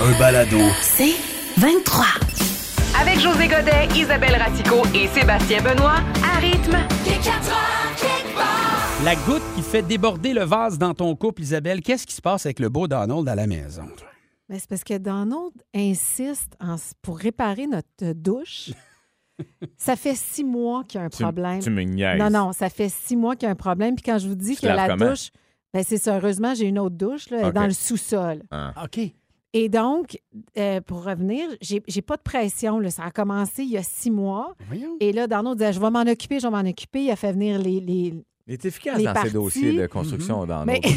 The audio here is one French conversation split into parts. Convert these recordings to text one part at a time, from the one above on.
Un balado. C'est 23. Avec José Godet, Isabelle Ratico et Sébastien Benoît, à rythme. La goutte qui fait déborder le vase dans ton couple, Isabelle, qu'est-ce qui se passe avec le beau Donald à la maison? toi? Mais c'est parce que Donald insiste en s- pour réparer notre douche. ça fait six mois qu'il y a un Tu- problème. Tu me niaises. non, non, ça fait six mois qu'il y a un problème. Puis quand je vous dis Tu que te laves la comment? douche, ben c'est ça. Heureusement, j'ai une autre douche là, elle est OK. dans le sous-sol. OK. Et donc, euh, pour revenir, j'ai j'ai pas de pression. là. Ça a commencé il y a six mois. Voyons. Et là, Donald disait Je vais m'en occuper, je vais m'en occuper. Il a fait venir les- les, Il est efficace Les dans parties. ses dossiers de construction dans Mais nos-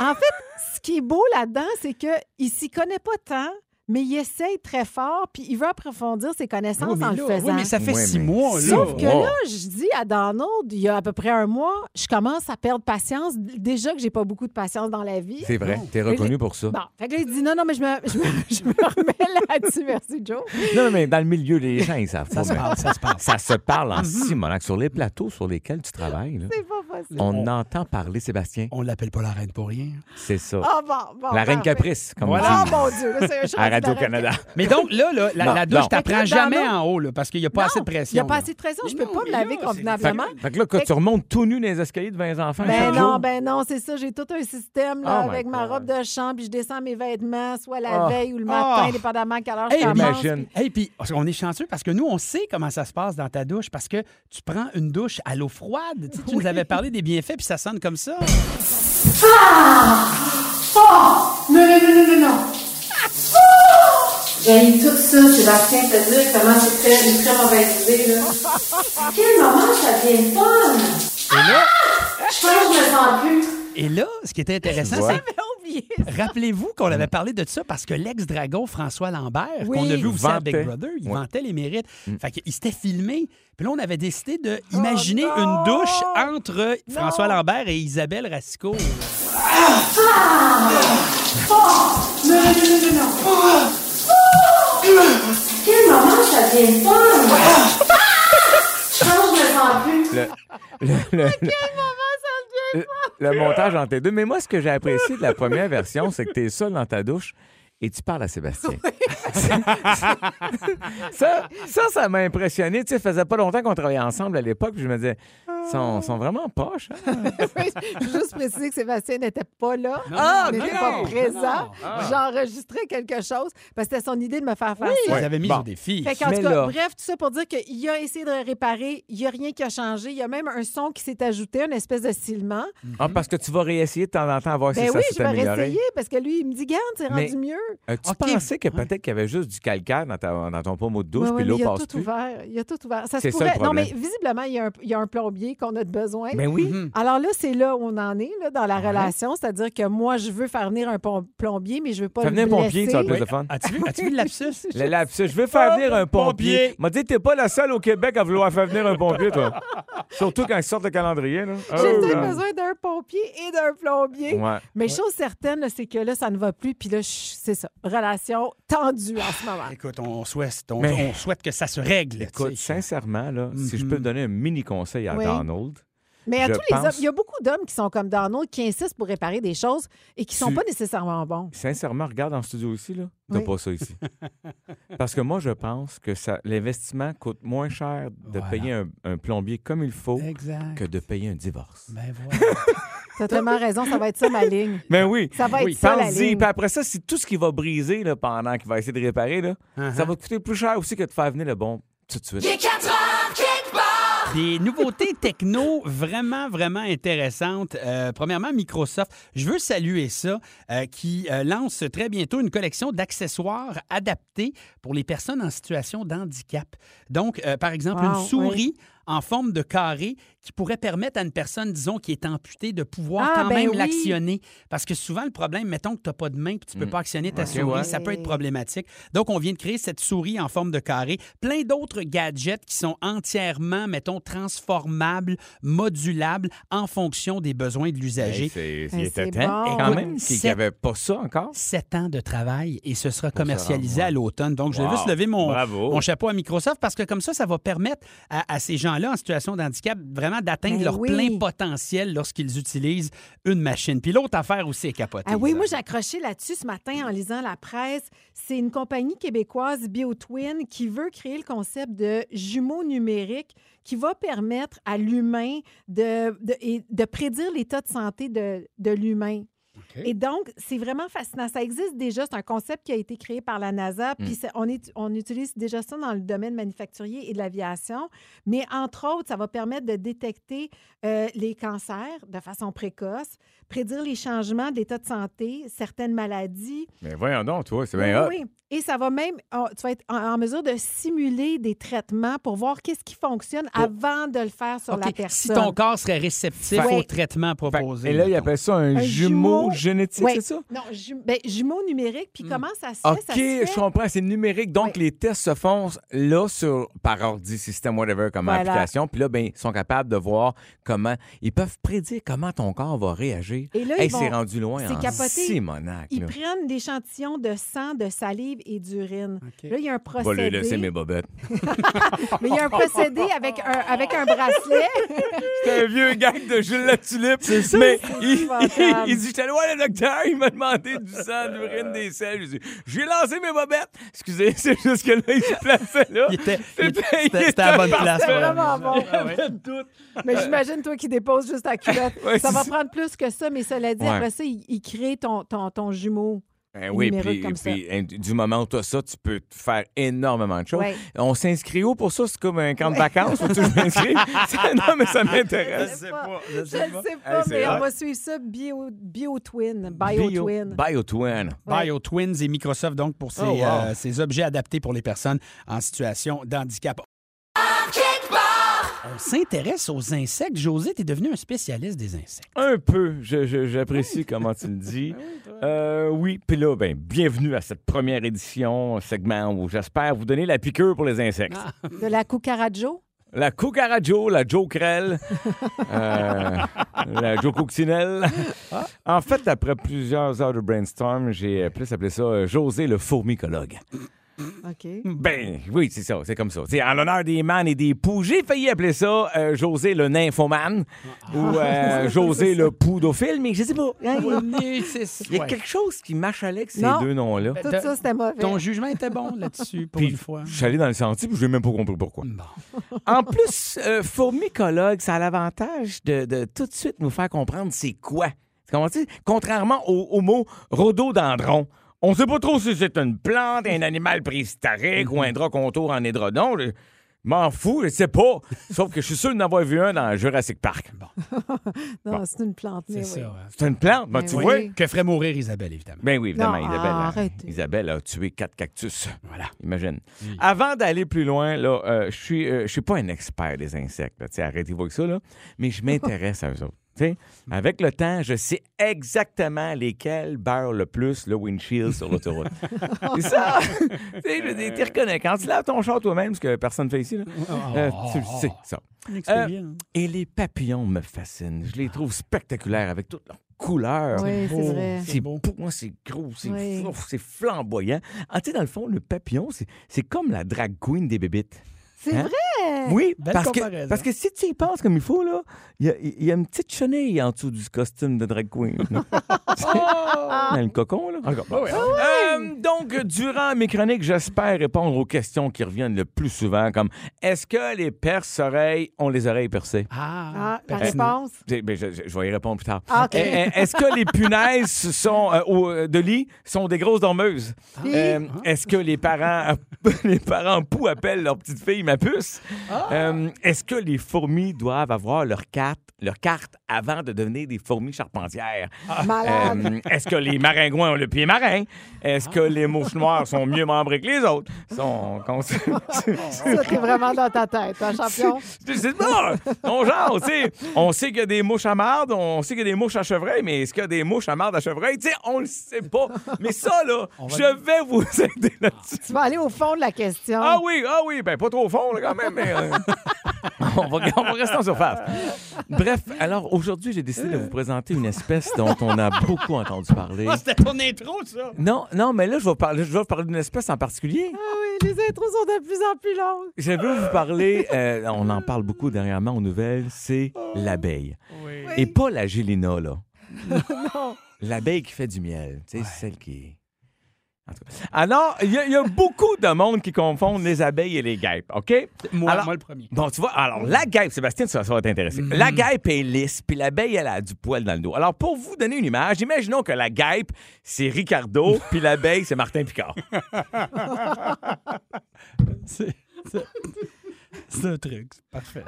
en fait, ce qui est beau là-dedans, c'est qu'il s'y connaît pas tant, mais il essaye très fort, puis il veut approfondir ses connaissances Oui, mais en là, le faisant. oui, mais ça fait Oui, six mais- mois, là. Sauf que Wow. là, je dis à Donald, il y a à peu près un mois, je commence à perdre patience. Déjà que j'ai pas beaucoup de patience dans la vie. C'est vrai, t'es reconnu pour ça. Bon, fait que là, il dit non, non, mais je me, je me- je me remets là-dessus, merci Joe. Non, mais dans le milieu, les gens, ils savent Ça pas. se mais passe, ça se passe. Ça se parle en simonac sur les plateaux sur lesquels tu travailles. là. Mhm. C'est pas possible. On entend parler, Sébastien. On l'appelle pas la reine pour rien. C'est ça. Ah bon, bon. La reine parfait. caprice, comme on Voilà. Oh dit mon Dieu, là, c'est un changement à de reine Radio-Canada. Mais donc, là, là, la, Non, la douche non. Fait que t'apprend là, jamais Donald- en haut, là, parce qu'il n'y a pas assez de pression. Il n'y a pas là. assez de pression, je Mais peux non, pas me mais laver là, c'est- Fait, convenablement. que- fait que là, quand Fait que- tu remontes tout nu dans les escaliers de 20 enfants, Ben chaque non, jour, ben non, c'est ça. J'ai tout un système là, Oh my avec ma God. robe de chambre, puis je descends mes vêtements, soit la Ah. veille ou le Ah. matin, dépendamment à quelle heure Hey, je commence. imagine. Hey, puis on est chanceux parce que nous, on sait comment ça se passe dans ta douche parce que tu prends une douche à l'eau froide. Tu, sais, tu nous avais parlé des bienfaits, puis ça sonne comme ça. Non, non, non, non, non, non. J'ai eu Ben, tout ça, Sébastien, te dire comment c'était une très mauvaise idée, là. À quel moment ça devient fun? Ah! Je pense que je me sens plus. Et là, ce qui était intéressant, vois. c'est Rappelez-vous qu'on avait parlé de ça parce que l'ex-dragon François Lambert, Oui. qu'on a vu vous à Big Vantait. Brother, il Ouais. Mm. vantait les mérites. Fait qu'il s'était filmé. Puis là, on avait décidé Oh d'imaginer une douche entre François Lambert et Isabelle Racicot. Non, non, non, non, non, non. À Ah! quel moment ça devient fun? Ah! Je pense que je me sens plus. le, le- le- le- le montage entre les deux. Mais moi, ce que j'ai apprécié de la première version, c'est que tu es seul dans ta douche et tu parles à Sébastien. ça, ça, ça m'a impressionné. Tu sais, ça faisait pas longtemps qu'on travaillait ensemble à l'époque. puis Je me disais, ils sont, sont vraiment poches. hein? Mm-hmm. Je veux juste préciser que Sébastien n'était pas là, Ah, il n'était non, pas non. présent. Non. Ah. J'enregistrais quelque chose parce que c'était son idée de me faire faire Ils ça. avaient mis Bon. au défi. Fait qu'en Mais tout cas, là- bref, tout ça pour dire qu'il a essayé de réparer, il n'y a rien qui a changé. Il y a même un son qui s'est ajouté, une espèce de silement. Ah, parce que tu vas réessayer de temps en temps à voir si Ben ça oui, je s'est vais amélioré. réessayer parce que lui, il me dit Garde, c'est Mais- rendu mieux. Euh, tu Ok. pensais que peut-être qu'il y avait juste du calcaire dans, ta- dans ton pommeau de douche, Ouais, ouais, puis mais l'eau il a passe tout plus. ouvert. Il a tout ouvert. Ça se C'est ça, le pourrait. non, mais problème. visiblement, il y a un, il y a un plombier qu'on a de besoin. Mais Ben oui. Mhm. Alors là, c'est là où on en est là, dans la relation. C'est-à-dire que moi, je veux faire venir un pom- plombier, mais je veux pas Fais le venir un pompier, blesser. ça va être plus de fun. As-tu vu, as-tu vu le lapsus? Le lapsus. Je veux faire venir un pompier. Pompier. M'a dit, t'es pas la seule au Québec à vouloir faire venir un pompier, toi. Surtout quand ils sortent le calendrier. là. J'ai Oh, peut-être là. besoin d'un pompier et d'un plombier. Ouais. Mais chose certaine, là, c'est que là, ça ne va plus. Puis là, chut, c'est ça. Relation tendue en ce moment. Écoute, on souhaite, on, Mais- on souhaite que ça se règle. Écoute, tu sais. sincèrement, là, si je Mhm. peux te donner un mini conseil à Oui. Donald, Mais à Je tous les pense- hommes, il y a beaucoup d'hommes qui sont comme Donald, qui insistent pour réparer des choses et qui ne sont Tu- pas nécessairement bons. sincèrement, regarde en studio ici, là, t'as Oui. pas ça ici. Parce que moi, je pense que ça, l'investissement coûte moins cher de Voilà. payer un, un plombier comme il faut Exact. que de payer un divorce. Ben voilà. Tu as tellement raison, ça va être ça ma ligne. Mais Ben oui. Ça va être Oui. ça, la Pense-y. ligne. Puis après ça, c'est tout ce qui va briser là, pendant qu'il va essayer de réparer. Là, Ça va te coûter plus cher aussi que de faire venir le bon tout de suite. Des nouveautés techno vraiment, vraiment intéressantes. Euh, premièrement, Microsoft, je veux saluer ça, euh, qui euh, lance très bientôt une collection d'accessoires adaptés pour les personnes en situation d'handicap. Donc, euh, par exemple, Wow, une souris en forme de carré qui pourrait permettre à une personne, disons, qui est amputée, de pouvoir Ah, quand ben même oui. l'actionner. Parce que souvent, le problème, mettons que tu n'as pas de main puis tu ne peux pas actionner ta souris, ouais. ça peut être problématique. Donc, on vient de créer cette souris en forme de carré. Plein d'autres gadgets qui sont entièrement, mettons, transformables, modulables en fonction des besoins de l'usager. Hey, c'est- Ben, il était c'est temps. bon. Quand même, Écoute, qu'il n'y sept- avait pas ça encore. Sept ans de travail et ce sera commercialisé ça, ouais. à l'automne. Donc, je vais Wow. juste lever mon, Bravo. mon chapeau à Microsoft parce que comme ça, ça va permettre à, à ces gens-là en situation de handicap vraiment d'atteindre Ben leur oui. plein potentiel lorsqu'ils utilisent une machine. Puis l'autre affaire aussi est capotée. Ah oui, Isa. moi j'ai accroché là-dessus ce matin en lisant la presse. C'est une compagnie québécoise BioTwin qui veut créer le concept de jumeaux numériques qui va permettre à l'humain de, de- et de prédire l'état de santé de, de l'humain. Et donc, c'est vraiment fascinant. Ça existe déjà. C'est un concept qui a été créé par la NASA. Puis c'est- on, est- on utilise déjà ça dans le domaine manufacturier et de l'aviation. Mais entre autres, ça va permettre de détecter euh, les cancers de façon précoce, prédire les changements de l'état de santé, certaines maladies. Mais voyons donc, toi, c'est Oui, bien hot. Ben oui. Et ça va même, oh, tu vas être en, en mesure de simuler des traitements pour voir qu'est-ce qui fonctionne avant de le faire sur la OK. Si personne. ton corps serait réceptif Fait- au traitement Fait- proposé. et là, il mettons. appelle ça un, Un jumeau jumeau- génétique, Oui. c'est ça? Hmm. Non, ju- ben, jumeaux numériques, puis comment ça se fait? OK, Ça se fait- je comprends, c'est numérique. Donc, les tests se font là sur, par ordi, système, whatever, comme Voilà. application. Puis là, ben, ils sont capables de voir comment. Ils peuvent prédire comment ton corps va réagir. Et là, Hey, ils vont- c'est rendu loin c'est en capoté. Simonac. Ils là. prennent l'échantillon de sang, de salive et d'urine. Là, il y a un Va lui laisser procédé. mes bobettes. Mais il y a un procédé avec un, avec un bracelet. C'est un vieux gag de Gilles La Tulipe. ça, Mais c'est il, il, épouvantable. il dit J'étais allé voir le docteur, il m'a demandé du sang, de l'urine, des selles. J'ai dit J'ai lancé mes bobettes. Excusez, c'est juste que là, il se plaçait là. Il était- il était- il c'était- c'était à la bonne parfait. place, C'est ouais. vraiment bon. Ah ouais. Mais j'imagine, toi, qui déposes juste ta culotte. Ouais, ça va c'est- prendre plus que ça, mais cela dit, Ouais. après ça, il, il crée ton, ton, ton jumeau. Ben oui, numérique puis, comme ça. puis, hein, du moment où tu as ça, tu peux te faire énormément de choses. Ouais. On s'inscrit où pour ça? C'est comme un camp de vacances? Faut-tu que je m'inscrive? non, mais ça m'intéresse. sais pas. Je ne sais pas, Hey, c'est mais hot. on va suivre ça bio, bio twin, bio, Bio- twin. BioTwin. Ouais. BioTwins et Microsoft, donc, pour ces, Oh, wow. euh, ces objets adaptés pour les personnes en situation d'handicap. On s'intéresse aux insectes. José, t'es devenu un spécialiste des insectes. Un peu. Je- je- J'apprécie comment tu le dis. Euh, oui, puis là, ben, bienvenue à cette première édition, segment où j'espère vous donner la piqûre pour les insectes. De la cucarajo. La Cucarajo, la Joe Crell, euh, la Joe Coccinelle. En fait, après plusieurs heures de brainstorm, j'ai plus appelé ça euh, José le fourmicologue. OK. Ben oui, c'est ça, c'est comme ça. C'est en l'honneur des man et des poux. J'ai failli appeler ça euh, José le nymphoman ou euh, José le poudophile, mais je sais pas. Ah hein, il- Il y a quelque chose qui m'achalait que ces Non. deux noms-là. Tout de- ça, c'était mauvais. Ton jugement était bon là-dessus, pour Puis, une fois. Je suis allé dans le sentier, puis je n'ai même pas compris pourquoi. en plus, euh, fourmicologue, ça a l'avantage de, de tout de suite nous faire comprendre c'est quoi. Tu comprends-tu? Contrairement au, au mot rhododendron. On ne sait pas trop si c'est une plante, un animal préhistorique ou un drap contour en édredon. Je m'en fous, je sais pas. Sauf que je suis sûr d'en avoir vu un dans Jurassic Park. Non, c'est une plante. mais C'est Eh oui. ça. ouais. C'est une plante, ben, Mais tu oui. vois. Que ferait mourir Isabelle, évidemment. Ben oui, évidemment, Non, Isabelle. a- arrêtez. Isabelle a tué quatre cactus. Voilà. Imagine. Avant d'aller plus loin, là, euh, je suis, euh, je suis pas un expert des insectes. là, tu sais, Arrêtez-vous avec ça, là. Mais je m'intéresse à eux autres. tu sais. avec le temps, je sais exactement lesquels beurrent le plus le windshield sur l'autoroute. Et ça, tu sais, je veux dire, t'y reconnais. Quand tu laves ton char toi-même, ce que personne fait ici, là, euh, tu le sais ça. Expérience. Et les papillons me fascinent. Je les trouve spectaculaires avec toutes leurs couleurs. Oui, c'est vrai. C'est beau. Pour moi, c'est gros, c'est Oui. fouf, c'est flamboyant. Ah, tu sais, dans le fond, le papillon, c'est- c'est comme la drag queen des bébites. C'est Hein? vrai. Oui, belle parce que, comparaison. parce que si tu y penses comme il faut, là, il y a- il y, a une petite chenille en dessous du costume de drag queen. là. dans le cocon, Ah là. hein? Encore. Ah Euh, donc, durant mes chroniques, j'espère répondre aux questions qui reviennent le plus souvent, comme est-ce que les perce-oreilles ont les oreilles percées? Ah, Ah, la pertinent. réponse. Eh ben, je, je- je vais y répondre plus tard. Ah, OK. Eh, eh, Est-ce que les punaises sont, euh, au- euh, de lit sont des grosses dormeuses? Ah. Euh, Est-ce que les parents, les parents poux appellent leur petite fille ma puce? Ah. Euh, Est-ce que les fourmis doivent avoir leur carte, leur carte avant de devenir des fourmis charpentières? Malade. Euh, Est-ce que les maringouins ont le pied marin? Est-ce que les mouches noires sont mieux membrées que les autres. Sont... Ça, t'es vraiment dans ta tête, hein, champion? C'est c'est pas! On genre, tu sais, on sait qu'il y a des mouches à marde, on sait qu'il y a des mouches à chevreuil, mais est-ce qu'il y a des mouches à marde à chevreuil? Tu sais, on le sait pas. Mais ça, là, je vais vous aider là-dessus. Tu vas aller au fond de la question. Ah oui, ah oui, ben pas trop au fond là, quand même, mais euh, on, va, on va rester en surface. Bref, alors aujourd'hui, j'ai décidé de vous présenter une espèce dont on a beaucoup entendu parler. Ah, c'était ton intro, ça! Non, non, mais là, je vais vous parler, je vais vous parler d'une espèce en particulier. Ah oui, les intros sont de plus en plus longues. Je veux vous parler, euh, on en parle beaucoup dernièrement aux nouvelles, c'est l'abeille. Oui. Et pas la gélina, là. Non. L'abeille qui fait du miel, tu sais, celle qui... En tout cas. Alors, il y, a- il y a beaucoup de monde qui confondent les abeilles et les guêpes, OK? Moi, Alors- moi le premier. Bon, tu vois, alors la guêpe, Sébastien, ça, ça va t'intéresser. La guêpe est lisse, puis l'abeille, elle a du poil dans le dos. Alors, pour vous donner une image, imaginons que la guêpe, c'est Ricardo, puis l'abeille, c'est Martin Picard. C'est c'est- c'est un truc. c'est Parfait.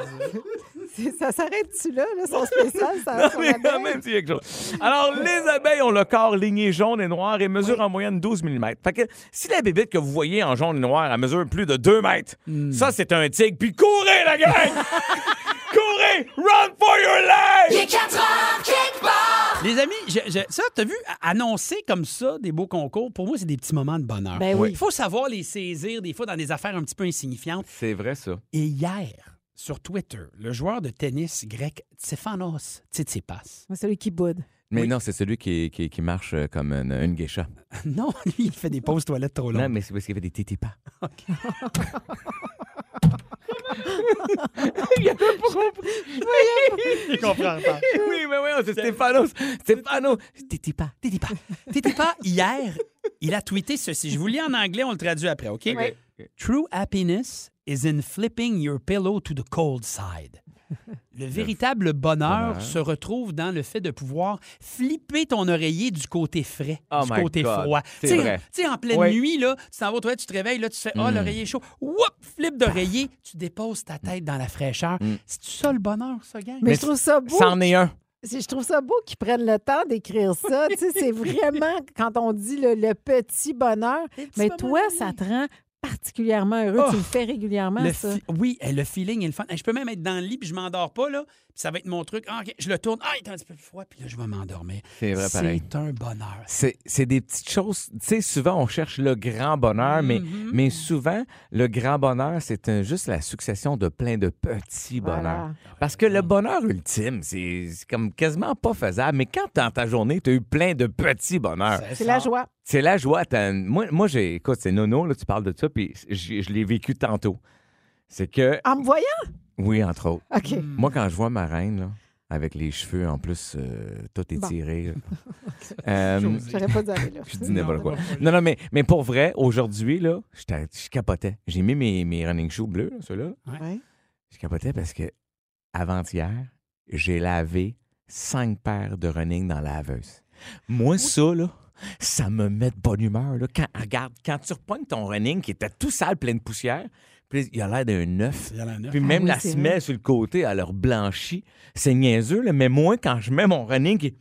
C'est- Ça s'arrête-tu là, là, son spécial? Ça, son Mais quand Ah, abeille? même, c'est quelque chose. Alors, les abeilles ont le corps ligné jaune et noir et mesurent en moyenne 12 mm. Fait que si la bébête que vous voyez en jaune et noir, elle mesure plus de 2 mètres, ça, c'est un tigre. Puis courez, la gang! courez! Run for your life! Les amis, je- je- ça, t'as vu a- annoncer comme ça des beaux concours, pour moi, c'est des petits moments de bonheur. Ben oui. Il faut savoir les saisir des fois dans des affaires un petit peu insignifiantes. C'est vrai, ça. Et hier, sur Twitter, le joueur de tennis grec Tsefanos Tsitsipas. Moi, celui qui boude. Mais non, c'est celui qui, qui, qui marche euh, comme une, une geisha. Non, lui, il fait des pauses toilettes trop Non, longues. mais c'est parce qu'il y avait des tétés pas. Je comprends pas. oui, mais oui, c'est Stéphanos. Stéphanos. Tétés pas, tétés pas. T'étais pas hier, il a tweeté ceci. Je vous lis en anglais, on le traduit après, OK? True happiness is in flipping your pillow to the cold side. Le véritable bonheur, bonheur. se retrouve dans le fait de pouvoir flipper ton oreiller du côté frais, Oh du my côté God, froid. c'est Tu sais, vrai. tu sais, en pleine Oui. Hmm. nuit, là, tu t'en vas, toi, tu te réveilles, là, tu fais Ah, l'oreiller est chaud. Whoop, flip d'oreiller, tu déposes ta tête dans la fraîcheur. Hmm. C'est ça le bonheur, ça, gang? Mais, je trouve ça beau. C'en est un. C'est- Je trouve ça beau qu'ils prennent le temps d'écrire ça. Tu sais, c'est vraiment, quand on dit le, le petit bonheur, mais toi, ça te rend particulièrement heureux. Oh! Tu le fais régulièrement, Le ça. fi- Oui, eh, le feeling est le fun. Eh, Je peux même être dans le lit puis je m'endors pas, là. Puis ça va être mon truc. Ah, OK, je le tourne. Ah, il est un petit peu plus froid, puis là, je vais m'endormir. C'est vrai, pareil. C'est un bonheur. C'est c'est des petites choses. Tu sais, souvent, on cherche le grand bonheur, mais, Mm-hmm. mais souvent, le grand bonheur, c'est un- juste la succession de plein de petits Voilà. Mm-hmm. bonheurs. Parce que le bonheur ultime, c'est c'est comme quasiment pas faisable. Mais quand dans ta journée, tu as eu plein de petits bonheurs, C'est la joie. C'est la joie. t'as- Moi, moi j'ai... écoute, c'est Nono, là, tu parles de ça, puis j- je l'ai vécu tantôt. C'est que, En me voyant? oui, entre autres. OK. Hmm. Moi, quand je vois ma reine, là, avec les cheveux, en plus, euh, tout Bon. étiré, là, euh, J'aurais pas dû aller là. je dis n'importe quoi. Non, non, mais, mais pour vrai, aujourd'hui, là, j'étais- je capotais. J'ai mis mes, mes running shoes bleus, là, ceux-là. Ouais. Je capotais parce que, avant-hier, j'ai lavé cinq paires de running dans la laveuse. Moi, ça, là, ça me met de bonne humeur. Là. Quand, regarde, quand tu repognes ton running qui était tout sale, plein de poussière, puis il a l'air d'un œuf. Il y en a un. Puis même oui, la c'est semelle sur le côté, elle leur blanchit. C'est niaiseux, là, mais moi, quand je mets mon running, il,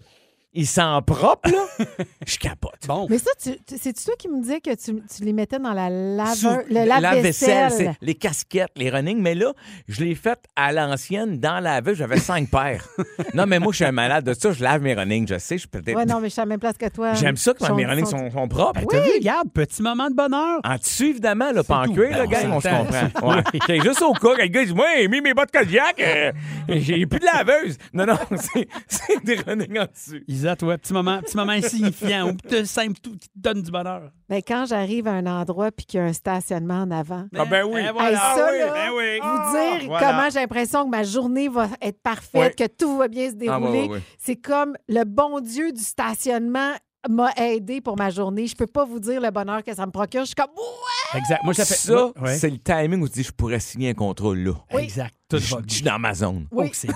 il sent propre, là, je capote. Bon. Mais ça, tu- tu- c'est-tu toi qui me disais que tu, tu les mettais dans la Sous- laveur, le lave-vaisselle? c'est les casquettes, les running, mais là, je l'ai fait à l'ancienne, dans la vue, j'avais cinq paires. non, mais moi, je suis un malade de ça, je lave mes running, je sais, je suis peut-être... Ouais, non, mais je suis à la même place que toi. J'aime ça quand Sont- mes running sont- sont, sont propres. Ben, T'as vu, regarde, petit moment de bonheur. En dessus, évidemment, le pas en tout. cuir, Ben, le on gars, on se s'entend. comprend. Ouais. C'est juste au cas, que le gars dit Moi, j'ai mis mes bottes Kodiak, euh, j'ai plus de laveuse. Non, non, c'est- c'est des running en dessus. Isa, toi, petit moment, petit moment insignifiant, ou petit simple tout qui te donne du bonheur. Ben, quand j'arrive à un endroit puis qu'il y a un stationnement en avant, Ah, ben oui. Eh, Hey, voilà. ça, Ah oui, là, ben oui. Ah, vous Oh! dire Voilà. comment j'ai l'impression que ma journée va être parfaite, que tout va bien se Ah, ouais, dérouler. ouais, ouais. C'est comme le bon Dieu du stationnement m'a aidé pour ma journée. Je peux pas vous dire le bonheur que ça me procure. Je suis comme ouais! Exact. Moi, ça fait Ça, Ouais. c'est le timing où tu dis Je pourrais signer un contrat là. Oui. Exact. Tout Je va je suis bien. dans ma zone. Oh, c'est bon.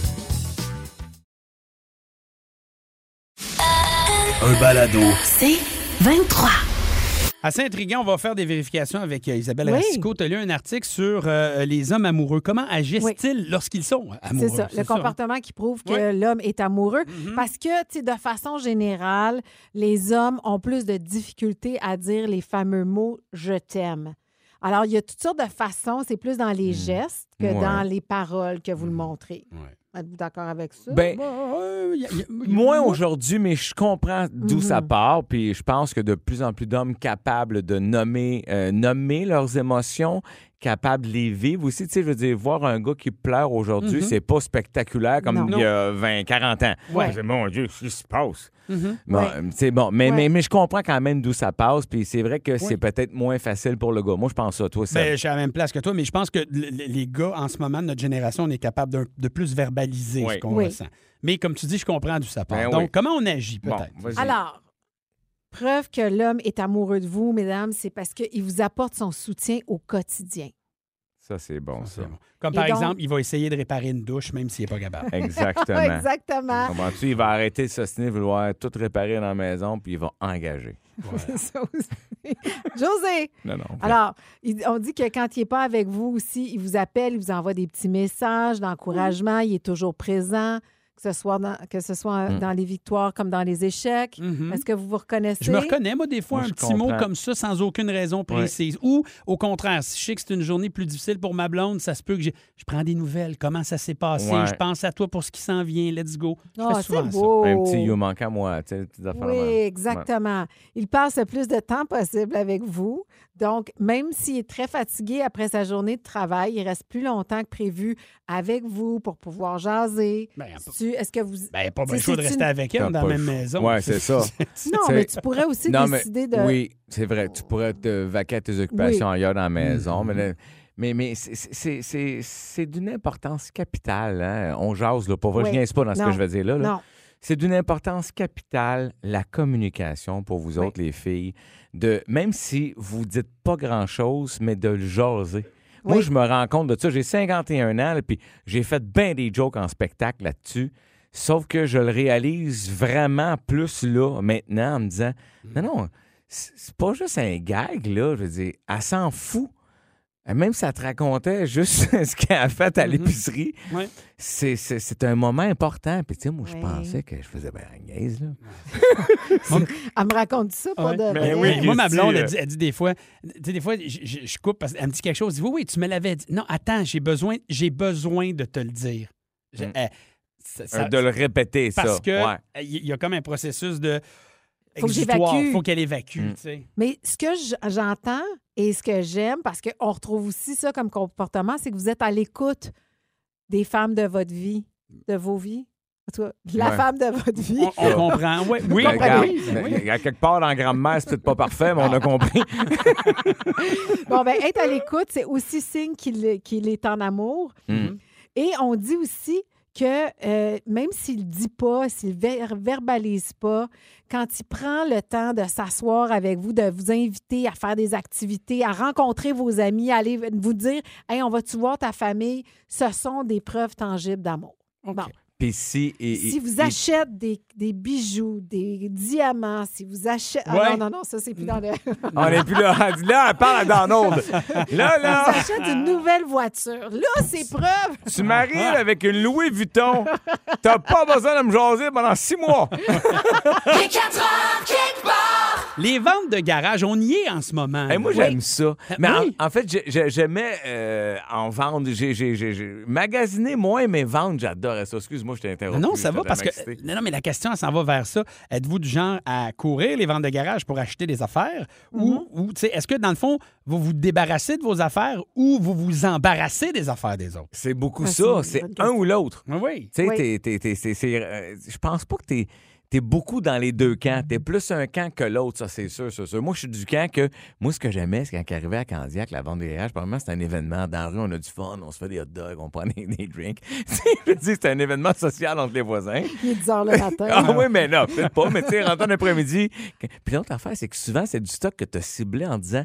Un balado. C'est 23. Assez intriguant, on va faire des vérifications avec euh, Isabelle Rassico. Tu as lu un article sur euh, les hommes amoureux. Comment agissent-ils lorsqu'ils sont amoureux? hein. C'est ça, le comportement qui prouve que l'homme est amoureux. Parce que, tu sais, de façon générale, les hommes ont plus de difficultés à dire les fameux mots je t'aime. Alors, il y a toutes sortes de façons, c'est plus dans les gestes que Ouais. dans les paroles que vous le montrez. Êtes-vous d'accord avec ça? Ben, Bon, euh, y a- y a- Moins aujourd'hui, mais je comprends d'où ça Mm-hmm. Mhm. part. Puis je pense que de plus en plus d'hommes capables de nommer, euh, nommer leurs émotions, capables de les vivre aussi. Tu sais, je veux dire, voir un gars qui pleure aujourd'hui, Mhm. c'est pas spectaculaire comme Non. il y a 20, 40 ans. Ouais. Je dis, Mon Dieu, qu'est-ce qui se passe? Mhm. Bon, Ouais. euh, c'est bon. Mais, Ouais. mais, mais je comprends quand même d'où ça passe. Puis c'est vrai que Oui. c'est peut-être moins facile pour le gars. Moi, je pense ça. Toi, Ben, ça. je suis à la même place que toi, mais je pense que l- l- les gars, en ce moment, de notre génération, on est capable d'un- de plus verbaliser Oui. ce qu'on Oui. ressent. Mais comme tu dis, je comprends d'où ça part. Ben oui. Donc, comment on agit peut-être? Alors, preuve que l'homme est amoureux de vous, mesdames, c'est parce qu'il vous apporte son soutien au quotidien. Ça, c'est bon, ça. Comme Et par donc- exemple, il va essayer de réparer une douche, même s'il n'est pas capable. Exactement. Exactement. Comprends-tu? Il va arrêter de s'ostiner, vouloir tout réparer dans la maison, puis il va engager. C'est ça aussi. José! Non, non. Alors, il- on dit que quand il n'est pas avec vous aussi, il vous appelle, il vous envoie des petits messages d'encouragement, il est toujours présent, que ce soit dans, que ce soit euh, Mm. dans les victoires comme dans les échecs. Mm-hmm. Mhm. Est-ce que vous vous reconnaissez? Je me reconnais, moi, des fois, Moi, un je petit mot comprends. comme ça sans aucune raison précise. Ou, au contraire, si je sais que c'est une journée plus difficile pour ma blonde, ça se peut que j'ai- je prends des nouvelles. Comment ça s'est passé? Ouais. Je pense à toi pour ce qui s'en vient. Let's go. Je Ah, fais souvent c'est ça. beau. Un petit you manque à moi, tu sais, des petites affaires de Oui, même. exactement. Il passe le plus de temps possible avec vous. Donc, même s'il est très fatigué après sa journée de travail, il reste plus longtemps que prévu avec vous pour pouvoir jaser. Ah Tu- Est-ce que vous... Ben, pas tu bon sais, choix de c'est rester une- avec elle T'as dans pas la même le choix. maison. Ouais, c'est ça. Non, Tu sais, mais tu pourrais aussi non, mais- décider de... Oui, c'est vrai. Tu pourrais te vaquer à tes occupations Oui. Mm-hmm. ailleurs dans la maison, mais là- mais, mais c'est- c'est- c'est c'est d'une importance capitale. hein. On jase, là. Pour vrai, Oui. je niaise pas dans ce Non. que je vais dire là. là. Non. C'est d'une importance capitale, la communication pour vous autres, les filles. De, même si vous dites pas grand-chose, mais de le jaser. Moi, Oui. je me rends compte de ça. J'ai 51 ans, là, puis j'ai fait bien des jokes en spectacle là-dessus. Sauf que je le réalise vraiment plus là, maintenant, en me disant Non, non, c'est c'est pas juste un gag, là. Je veux dire, elle s'en fout. Même si elle te racontait juste ce qu'elle a fait à l'épicerie, Ouais. c'est- c'est c'est un moment important. Puis, tu sais, moi, je Ouais. pensais que je faisais bien la niaise, là. Elle me raconte ça pour Ouais. Ben de vrai. moi, ma blonde, euh, elle dit, elle dit des fois, tu sais, des fois, je, je- je coupe parce qu'elle me dit quelque chose. Elle dit, oui, oui, tu me l'avais dit. Non, attends, j'ai besoin, j'ai besoin de te le dire. Je- eh, ça- ça- de le répéter, Mm. ça. parce que euh, Ouais. il y a comme un processus de. Faut que exutoire, j'évacue. faut qu'elle évacue, Mm. tu sais. Mais ce que j- j'entends et ce que j'aime, parce qu'on retrouve aussi ça comme comportement, c'est que vous êtes à l'écoute des femmes de votre vie, de vos vies. En tout cas, de la Ouais. femme de votre vie. On, on comprend. Ah Ouais, oui, Ben, regarde, oui, oui. ben, À quelque part dans Grand-Mère, c'est peut-être pas parfait, mais on a compris. Bon, ben, être à l'écoute, c'est aussi signe qu'il est- qu'il est en amour. Mhm. Et on dit aussi que euh, même s'il dit pas, s'il ver- verbalise pas, quand il prend le temps de s'asseoir avec vous, de vous inviter à faire des activités, à rencontrer vos amis, à aller vous dire Hey, on va-tu voir ta famille Ce sont des preuves tangibles d'amour. Bon. Puis si. il- Si il- vous il- achetez des, des bijoux, des diamants, si vous achetez. Ah, Ouais. non, non, non, ça, c'est plus dans le. On n'est plus là. Elle dit, Là, elle parle à Donald. Là, vous là, achetez une nouvelle voiture. Là, c'est preuve. tu m'arrives avec une Louis Vuitton. T'as pas besoin de me jaser pendant six mois. Les ventes de garage, on y est en ce moment. Hey, moi, Oui. j'aime ça. Mais en- Oui. en, fait, j'ai- j'ai- j'aimais euh, en vendre. J'ai, j'ai- j'ai- j'ai- magasiner moins, mais vendre, j'adorais ça. Excuse-moi, je t'ai Ah interrompu. Non, ça j'étais va parce que. tellement excité. Non, non, mais la question, elle s'en va vers ça. Êtes-vous du genre à courir les ventes de garage pour acheter des affaires? Ou, Mm-hmm. ou, tu sais, est-ce que, dans le fond, vous vous débarrassez de vos affaires ou vous vous embarrassez des affaires des autres? C'est beaucoup Ah, c'est ça. une C'est bonne un ou l'autre. Oui. Tu sais, Oui. t'es- t'es- t'es- c'est- c'est, euh, je pense pas que t'es t'es beaucoup dans les deux camps. T'es plus un camp que l'autre, ça, c'est sûr, c'est sûr. Moi, je suis du camp que. Moi, ce que j'aimais, c'est quand arrivait à Candiac, la vente des RH, probablement, c'est un événement. Dans la rue, on a du fun, on se fait des hot dogs, on prend des, des drinks. Tu sais, je veux dire, c'est un événement social entre les voisins. Il est 10 h le matin. ah oui, mais non, peut-être pas. Mais tu sais, rentrant l'après-midi. que- Puis l'autre affaire, c'est que souvent, c'est du stock que t'as ciblé en disant.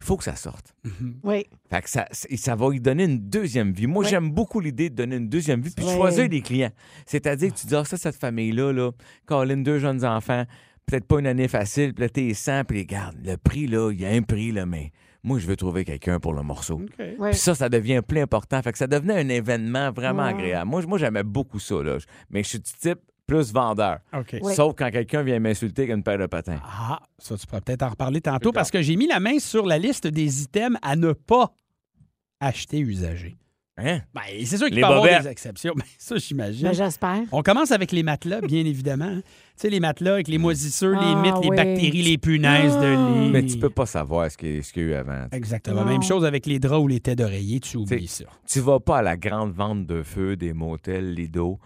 Il faut que ça sorte. Oui. Fait que ça, c- ça va lui donner une deuxième vie. Moi, Ouais. j'aime beaucoup l'idée de donner une deuxième vie puis de Ouais. choisir des clients. C'est-à-dire que tu dis, ah, ça, cette famille-là, là, Colin, deux jeunes enfants, peut-être pas une année facile, peut-être t'es 100, puis regarde, le prix, là, il y a un prix, là, mais moi, je veux trouver quelqu'un pour le morceau. Ouais. Puis ça, ça devient plus important. Fait que ça devenait un événement vraiment Ouais. agréable. Moi, je- moi j'aimais beaucoup ça, là. Je- Mais je suis du type plus vendeur. OK. Ouais. Sauf quand quelqu'un vient m'insulter avec une paire de patins. Ah, ça, tu pourras peut-être en reparler tantôt parce que j'ai mis la main sur la liste des items à ne pas acheter usagés. Hein? Ben, c'est sûr qu'il Les peut y avoir bobettes. des exceptions, mais ça, j'imagine. Ben, j'espère. On commence avec les matelas, bien évidemment. hein. Tu sais, les matelas avec les moisissures, les Ah, mites, les oui. Ah. bactéries, les punaises de lit. Mais tu peux pas savoir ce qu'il y, a- ce qu'il y a eu avant. Exactement. Non. Même chose avec les draps ou les têtes d'oreiller, tu oublies ça. Tu vas pas à la grande vente de feu des motels Lido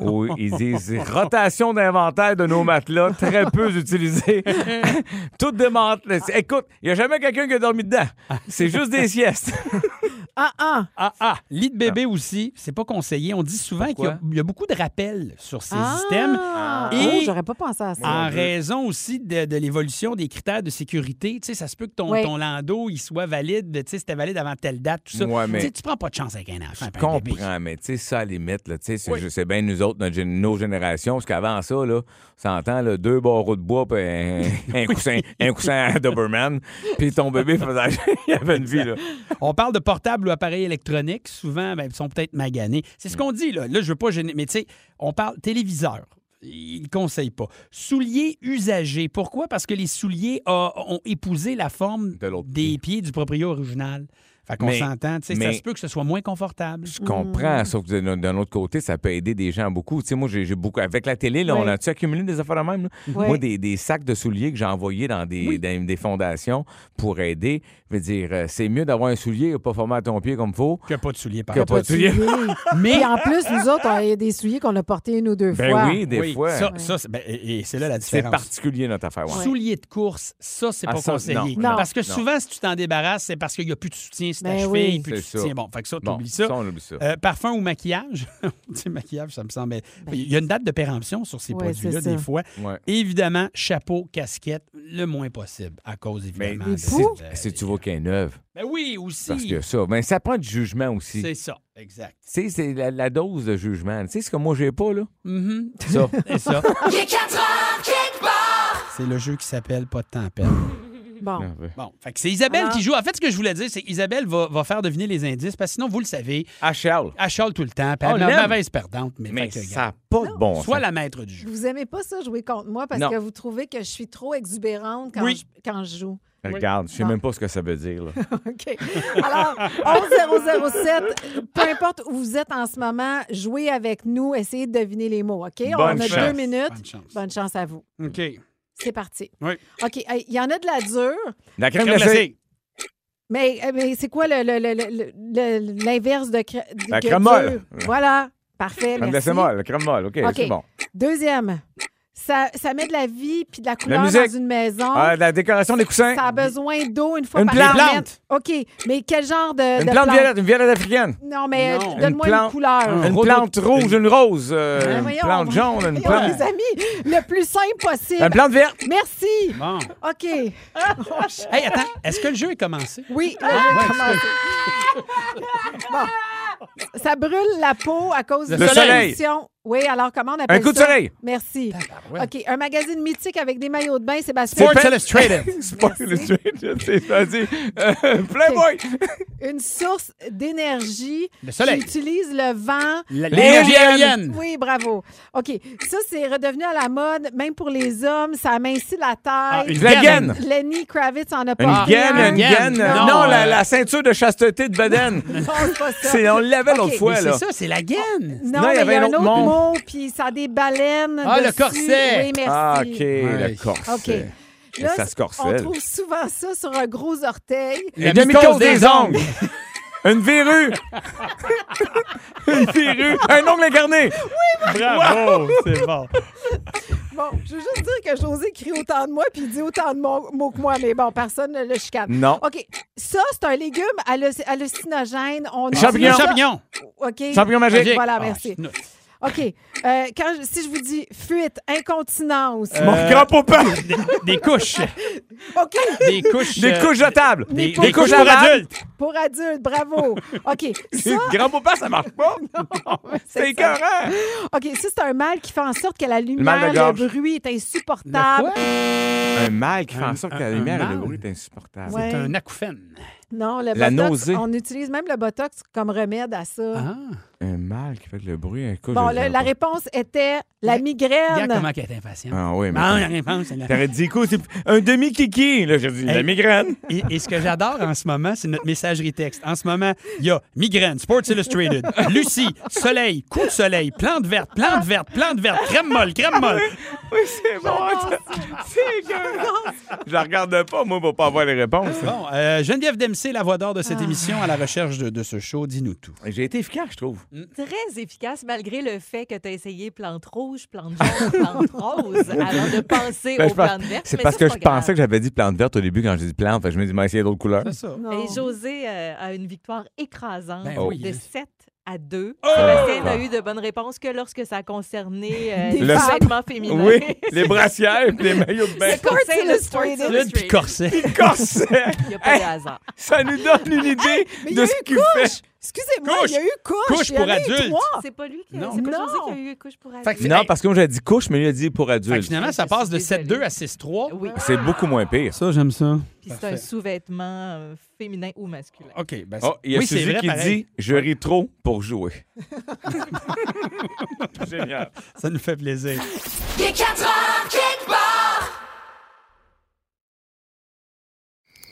où ils disent rotation d'inventaire de nos matelas très peu utilisés. Toutes démantelées. Écoute, il n'y a jamais quelqu'un qui a dormi dedans. C'est juste des siestes. Ah, ah! Ah, ah, lit de bébé aussi, c'est pas conseillé. On dit souvent qu'il y a- Pourquoi? il y, a beaucoup de rappels sur ces ah. systèmes. Oh, Et- j'aurais pas pensé à ça. Ah, En raison aussi de, de l'évolution des critères de sécurité, tu sais, ça se peut que ton, Oui. ton landau il soit valide, tu sais, c'était valide avant telle date, tout ça. Ouais, mais- Tu sais, tu prends pas de chance avec un enfant. Je puis un bébé. comprends, mais tu sais, ça, à la limite, là, tu sais, c'est Oui. je sais bien nous autres, notre gén- nos générations, parce qu'avant ça, là, on s'entend, là, deux barreaux de bois, puis un, un coussin, un coussin à Doberman, puis ton bébé faisait... Il avait une vie, là. On parle de portables ou appareils électroniques, souvent, ben, ils sont peut-être maganés. Mm. C'est ce qu'on dit, là. Là, je veux pas gêner, mais tu sais, on parle téléviseur. Il ne conseille pas. Souliers usagés. Pourquoi? Parce que les souliers ah, ont épousé la forme De l'autre des pieds du proprio original. Fait qu'on Mais- s'entend, tu sais, ça mais- se peut que ce soit moins confortable. Je comprends, sauf que d'un- d'un autre côté, ça peut aider des gens beaucoup. Tu sais, moi, j'ai j'ai beaucoup. Avec la télé, là, Oui. on a-tu accumulé des affaires de même? là? Oui. Moi, des, des sacs de souliers que j'ai envoyés dans des, dans des fondations pour aider. Je veux dire, euh, c'est mieux d'avoir un soulier pas formé à ton pied comme il faut. Que pas de souliers, Ah, par Que exemple. pas de souliers. Mais Et en plus, nous autres, on- il y a des souliers qu'on a portés une ou deux Ben fois. oui, des Oui, fois. ça, ça, c'est- ben, et et c'est là la C'est différence. particulier, notre affaire. ouais. Souliers de course, ça, c'est Ah, pas ça, conseillé. non, Non. Parce que non. souvent, si tu t'en débarrasses, c'est parce qu'il n'y a plus de soutien sur ta Ben cheville, oui. plus de C'est ça. soutien. Bon, fait que ça, Bon, t'oublies ça. ça, on oublie ça. Euh, parfum ou maquillage. tu sais, maquillage, ça me semble. Il y a une date de péremption sur ces Ben. Ouais, produits-là, c'est ça. des fois. Ouais. Évidemment, chapeau, casquette, le moins possible, à cause, évidemment. Mais de- si, de- si tu vois qu'un neuf, Ben oui, aussi. parce que ça. Mais ça prend du jugement aussi. C'est Tu ça, exact. sais, c'est la, la dose de jugement. Tu sais ce que moi, j'ai pas, là? Mhm. Ça. C'est ça. C'est le jeu qui s'appelle Pas de temps à perdre. Ah, Bon. Bon, fait que c'est Isabelle Alors- qui joue. En fait, ce que je voulais dire, c'est qu'Isabelle va, va faire deviner les indices, parce que sinon, vous le savez, À Charles. elle chiale tout le temps, puis On Oh, elle est l'aime. mauvaise perdante, mais, Ah, Mais fait que, ça regarde, n'a pas de bon Sois sens. la maître du jeu. Vous aimez pas ça jouer contre moi parce Non. que vous trouvez que je suis trop exubérante quand, Oui. je, quand je joue. Ben, Regarde, je sais Non. même pas ce que ça veut dire. là. OK. Alors, 11007, peu importe où vous êtes en ce moment, jouez avec nous, essayez de deviner les mots, OK? Bonne On a chance. deux minutes. Bonne chance. Bonne chance à vous. OK. C'est parti. Oui. OK, hey, il y en a de la dure, La crème Crème glacée. glacée. mais, euh, mais c'est quoi le- le- le- le- le- l'inverse de, cré- de La que crème dure? molle. Voilà. Parfait. Crème merci. glacée molle, la crème molle, OK, OK. c'est bon. Deuxième, ça, ça met de la vie puis de la couleur musique. dans une maison. Ah, la décoration des coussins. Ça a besoin d'eau une fois Une par plante. semaine. OK, mais quel genre de, Une de plante, violette, une violette africaine. Non, mais Non. euh, donne-moi Une une, plante. couleur. Un Ah, Une rhodo- plante rouge, une rose, euh, Ben, une voyons, plante voyons, jaune, une voyons, plante. Les amis, le plus simple possible. Une plante verte. Merci. Bon. OK. Hey, attends, est-ce que le jeu est commencé? Ben Oui, euh, le jeu a commencé. Bon. Ça brûle la peau à cause Le de la soleil. pollution. Oui, alors comment on appelle ça? coup de soleil. Merci. ouais. OK, un magazine mythique avec des maillots de bain, Sébastien. Sports Illustrated. Sport Illustrated, c'est ça dit. Euh, Playboy. Une source d'énergie Le soleil. qui utilise le vent. La- L'énergie L'énergie éolienne. aérienne. Oui, bravo. OK. Ça, c'est redevenu à la mode, même pour les hommes. Ça amincit la Ah, taille. une La gaine. gaine. Lenny Kravitz en a Une pas. gaine, une gaine. gaine. Non, Non, la, euh, la ceinture de chasteté de Baden. Non, c'est pas ça. C'est- on l'avait l'autre OK. fois, Mais là. c'est ça, c'est la gaine. Non, Non, mais il y avait un autre monde. mot, puis ça a des baleines. Ah, le dessus. corset. Oui, merci. Ah, OK, le Ouais. corset. OK. Mais ça se corsait. on trouve souvent ça sur un gros orteil. Une La demi-cause mycose des des ongles. Une verrue. une verrue. Un ongle incarné. Bravo, c'est bon. Bon, je veux juste dire que José crie autant de moi puis il dit autant de mots, mots que moi, mais bon, personne ne le chicane. Non. OK. Ça, c'est un légume halluc- hallucinogène. On Champignon. Ça- Champignon. OK. Champignon magique. Voilà, Ah, merci. chenoute. OK. Euh, quand je- si je vous dis fuite, incontinence. Euh, Mon grand-papa! Des, des couches. OK. Des couches. Des euh, couches jetables! Des, pour- des couches pour lavables. adultes. Pour adultes, bravo. OK. Ça, Grand-papa, ça marche pas! C'est ça. écœurant! OK, ça, c'est un mal qui fait en sorte que la mal de lumière, le, gorge. bruit est De insupportable. quoi? Un mal qui fait Un- en sorte que la un- un lumière et le mal. bruit est insupportable. Ouais. C'est un acouphène. Non, le La botox, nausée. on utilise même le botox comme remède à ça. Ah. Un mal qui fait que le bruit est cool. Bon, là, la réponse était la Regarde migraine. comment elle est impatiente. Ah oui, mais. Ah, la réponse, elle a- T'aurais dit quoi? C'est un demi-kiki! Là, j'ai dit la Hey. migraine! Et, et ce que j'adore en ce moment, c'est notre messagerie texte. En ce moment, il y a migraine, Sports Illustrated, Lucie, soleil, coup de soleil, plante verte, plante verte, plante verte, crème molle, crème molle. Oui, c'est bon! ça. C'est écœurant! Je la regarde pas, moi, pour pas avoir les réponses. Bon, euh, Geneviève Dempsey, la voix d'or de cette émission, à la recherche de, de ce show, dis-nous tout. J'ai été efficace, je trouve. Très efficace, malgré le fait que tu as essayé plante rouge, plante jaune, plante rose, avant de penser Ben, aux je pense- plantes vertes. C'est mais parce ça, que c'est je pas grave. pensais que j'avais dit plante verte au début quand j'ai dit plante. Fait que je me dis, mais essayer d'autres couleurs. ça. Non. Et José euh, a une victoire écrasante Ben oui. de 7 à 2. Oh! Sébastien n'a eu de bonnes réponses que lorsque ça concernait euh, Des les femmes. vêtements féminins. Oui, les brassières puis les maillots de bain. Le conseil de Sports Sports Illustrated. Le petit Illustrated. corset. Corset! Il n'y a pas de hasard. Ça nous donne une idée mais il y a de ce eu qu'il fait. Excusez-moi, Couche. il y a eu couche. Couche Il y en pour a eu adultes. trois. C'est pas lui qui a, Non. c'est pas Non. José qui a eu une couche pour Fait que- adulte. Non, parce que moi, j'ai dit couche, mais il a dit pour Fait que adulte. finalement, ça Je passe suis de désolée. 7-2 à 6-3. Oui, C'est beaucoup moins pire. Ça, j'aime ça. puis c'est un sous-vêtement euh, féminin ou masculin. OK. Ben, Oh, il y a oui, c'est Suzy vrai, qui pareil. dit Je ris trop pour jouer. Génial. Ça nous fait plaisir. Les 4 heures kickbar.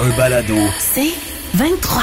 Un balado. C'est 23.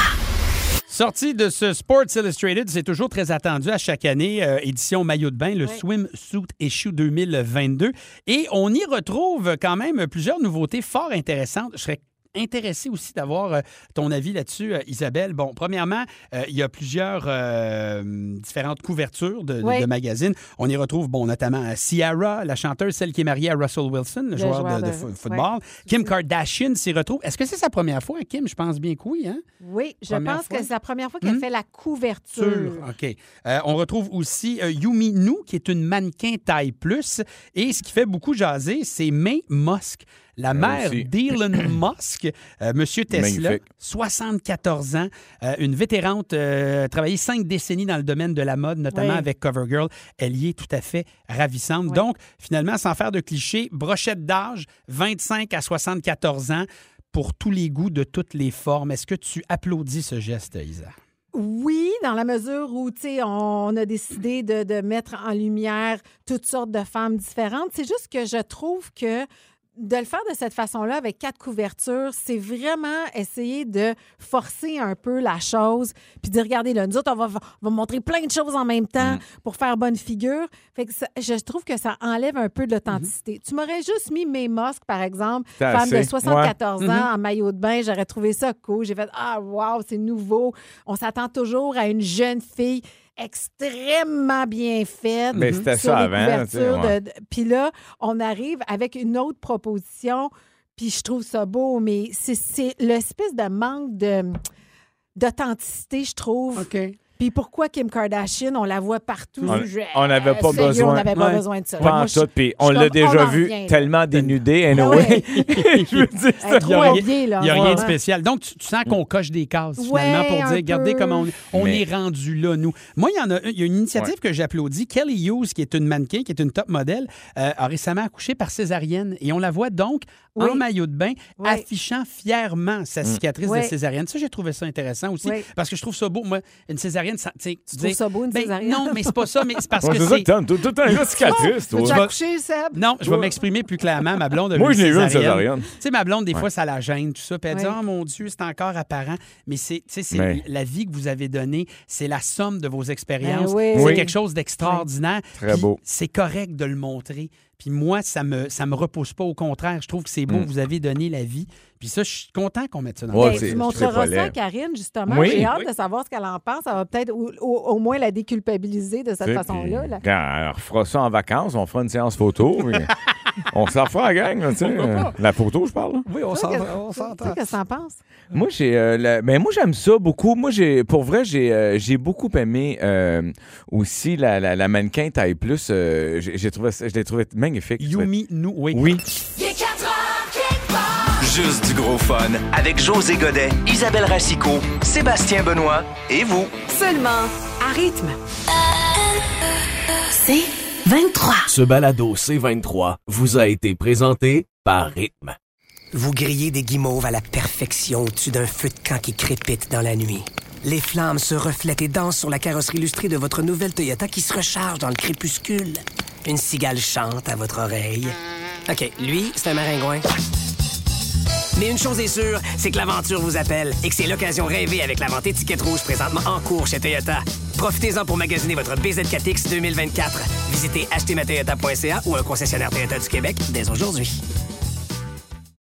Sortie de ce Sports Illustrated, c'est toujours très attendu à chaque année, euh, édition maillot de bain, le Swimsuit Issue 2022. Et on y retrouve quand même plusieurs nouveautés fort intéressantes. Je serais intéressé aussi d'avoir euh, ton avis là-dessus, euh, Isabelle. Bon, premièrement, euh, il y a plusieurs euh, différentes couvertures de, de- Oui. de magazines. On y retrouve, bon, notamment euh, Ciara, la chanteuse, celle qui est mariée à Russell Wilson, le, joueur, joueur de- de, de fo- football. ouais. Kim Kardashian s'y retrouve. Est-ce que c'est sa première fois, Kim? Je pense bien que oui, hein? Oui, je Première pense fois. que c'est la première fois qu'elle Hmm? fait la couverture. Sûr, OK. Euh, on retrouve aussi euh, Yumi Nu, qui est une mannequin taille plus. Et ce qui fait beaucoup jaser, c'est May Musk, la mère aussi. d'Elon Musk, euh, Monsieur Tesla, Magnifique. 74 ans, euh, une vétérante, euh, travaillé cinq décennies dans le domaine de la mode, notamment Oui. avec CoverGirl. Elle y est tout à fait ravissante. Donc, finalement, sans faire de clichés, brochette d'âge, 25 à 74 ans, pour tous les goûts de toutes les formes. Est-ce que tu applaudis ce geste, Isa? Oui, dans la mesure où, tu sais, on a décidé de, de mettre en lumière toutes sortes de femmes différentes. C'est juste que je trouve que de le faire de cette façon-là, avec quatre couvertures, c'est vraiment essayer de forcer un peu la chose, puis de regarder, là, nous autres, on va, on va montrer plein de choses en même temps Hmm. pour faire bonne figure. Fait que ça- je trouve que ça enlève un peu de Mm-hmm. l'authenticité. Tu m'aurais juste mis mes mosques, par exemple, C'est femme de assez. Mm-hmm. 74 ans en maillot de bain, j'aurais trouvé ça cool. J'ai fait ah wow, c'est nouveau. On s'attend toujours à une jeune fille extrêmement bien faite. Mais c'était sur ça les avant, couvertures tu sais, ouais. de- de- Puis là, on arrive avec une autre proposition. Puis je trouve ça beau, mais c'est- c'est l'espèce de manque de d'authenticité, je trouve. Puis pourquoi Kim Kardashian, on la voit partout. On- Je- on n'avait pas sérieux, besoin. On n'avait pas Ouais. besoin de ça. Pas Moi, en je- tout, puis je on suis l'a comme, on déjà en vu revient, là. tellement dénudé, Ah anyway. ouais. Je veux dire, Elle est Il y a trop rien- habillée, là. Il n'y a rien de vraiment. spécial. Donc, tu, tu sens qu'on coche des cases, finalement, Ah, Ouais, pour un dire, regardez peu. comment on, on Mais- est rendu là, nous. Moi, il y en a, il y a une initiative que j'applaudis. Kelly Hughes, qui est une mannequin, qui est une top modèle, euh, a récemment accouché par césarienne. Et on la voit donc Oui. en maillot de bain, Oui. affichant fièrement sa cicatrice Oui. Mm. de césarienne. Ça, j'ai trouvé ça intéressant aussi, Oui. parce que je trouve ça beau. Moi, une césarienne, césarienne, ça, tu trouves ça beau, une césarienne? Ben, Non, mais c'est pas ça, mais c'est parce Ouais, que c'est ça que t'as- t'as- t'as un gars cicatrice, toi. Je Tu vas vais- accoucher, Seb? Non, je vais m'exprimer plus clairement. Ma blonde a Moi, je l'ai eu, une césarienne. Tu sais, ma blonde, des Ouais. fois, ça la gêne, tout ça. Puis elle dit Ouais. Oh mon Dieu, c'est encore apparent. Mais c'est, tu sais, c'est Mais- la vie que vous avez donnée, c'est la somme de vos expériences. Ben oui. C'est Oui. quelque chose d'extraordinaire. Très Puis beau. C'est correct de le montrer. Puis moi, ça me, ça me repousse pas. Au contraire, je trouve que c'est beau, Mm. vous avez donné la vie. Puis ça, je suis content qu'on mette ça dans Ouais, le c'est- Ben, Tu c'est montreras très ça à laid. Karine, justement. Oui. J'ai hâte Oui. de savoir ce qu'elle en pense. Ça va peut-être au, au- au moins la déculpabiliser de cette Tu sais, façon-là. puis là. Quand on fera ça en vacances, on fera une séance photo. puis on s'en fera à la gang, là, tu sais. euh, La photo, je parle. là. Oui, on Toi, qu'est-ce- toi, Qu'est-ce que t'en penses? Moi, j'ai. euh, la- ben, moi, j'aime ça beaucoup. Moi, j'ai. Pour vrai, j'ai euh, j'ai beaucoup aimé euh, aussi la, la, la mannequin taille plus. euh, j'ai j'ai trouvé ça- je l'ai trouvé magnifique. Yumi, nous, oui. Oui. Juste du gros fun avec José Godet, Isabelle Racicot, Sébastien Benoît et vous. Seulement à rythme. C'est 23. Ce balado C23 vous a été présenté par Rythme. Vous grillez des guimauves à la perfection au-dessus d'un feu de camp qui crépite dans la nuit. Les flammes se reflètent et dansent sur la carrosserie illustrée de votre nouvelle Toyota qui se recharge dans le crépuscule. Une cigale chante à votre oreille. OK, lui, c'est un maringouin. Mais une chose est sûre, c'est que l'aventure vous appelle et que c'est l'occasion rêvée avec la vente étiquette rouge présentement en cours chez Toyota. Profitez-en pour magasiner votre BZ4X 2024. Visitez htmatoyota.ca ou un concessionnaire Toyota du Québec dès aujourd'hui.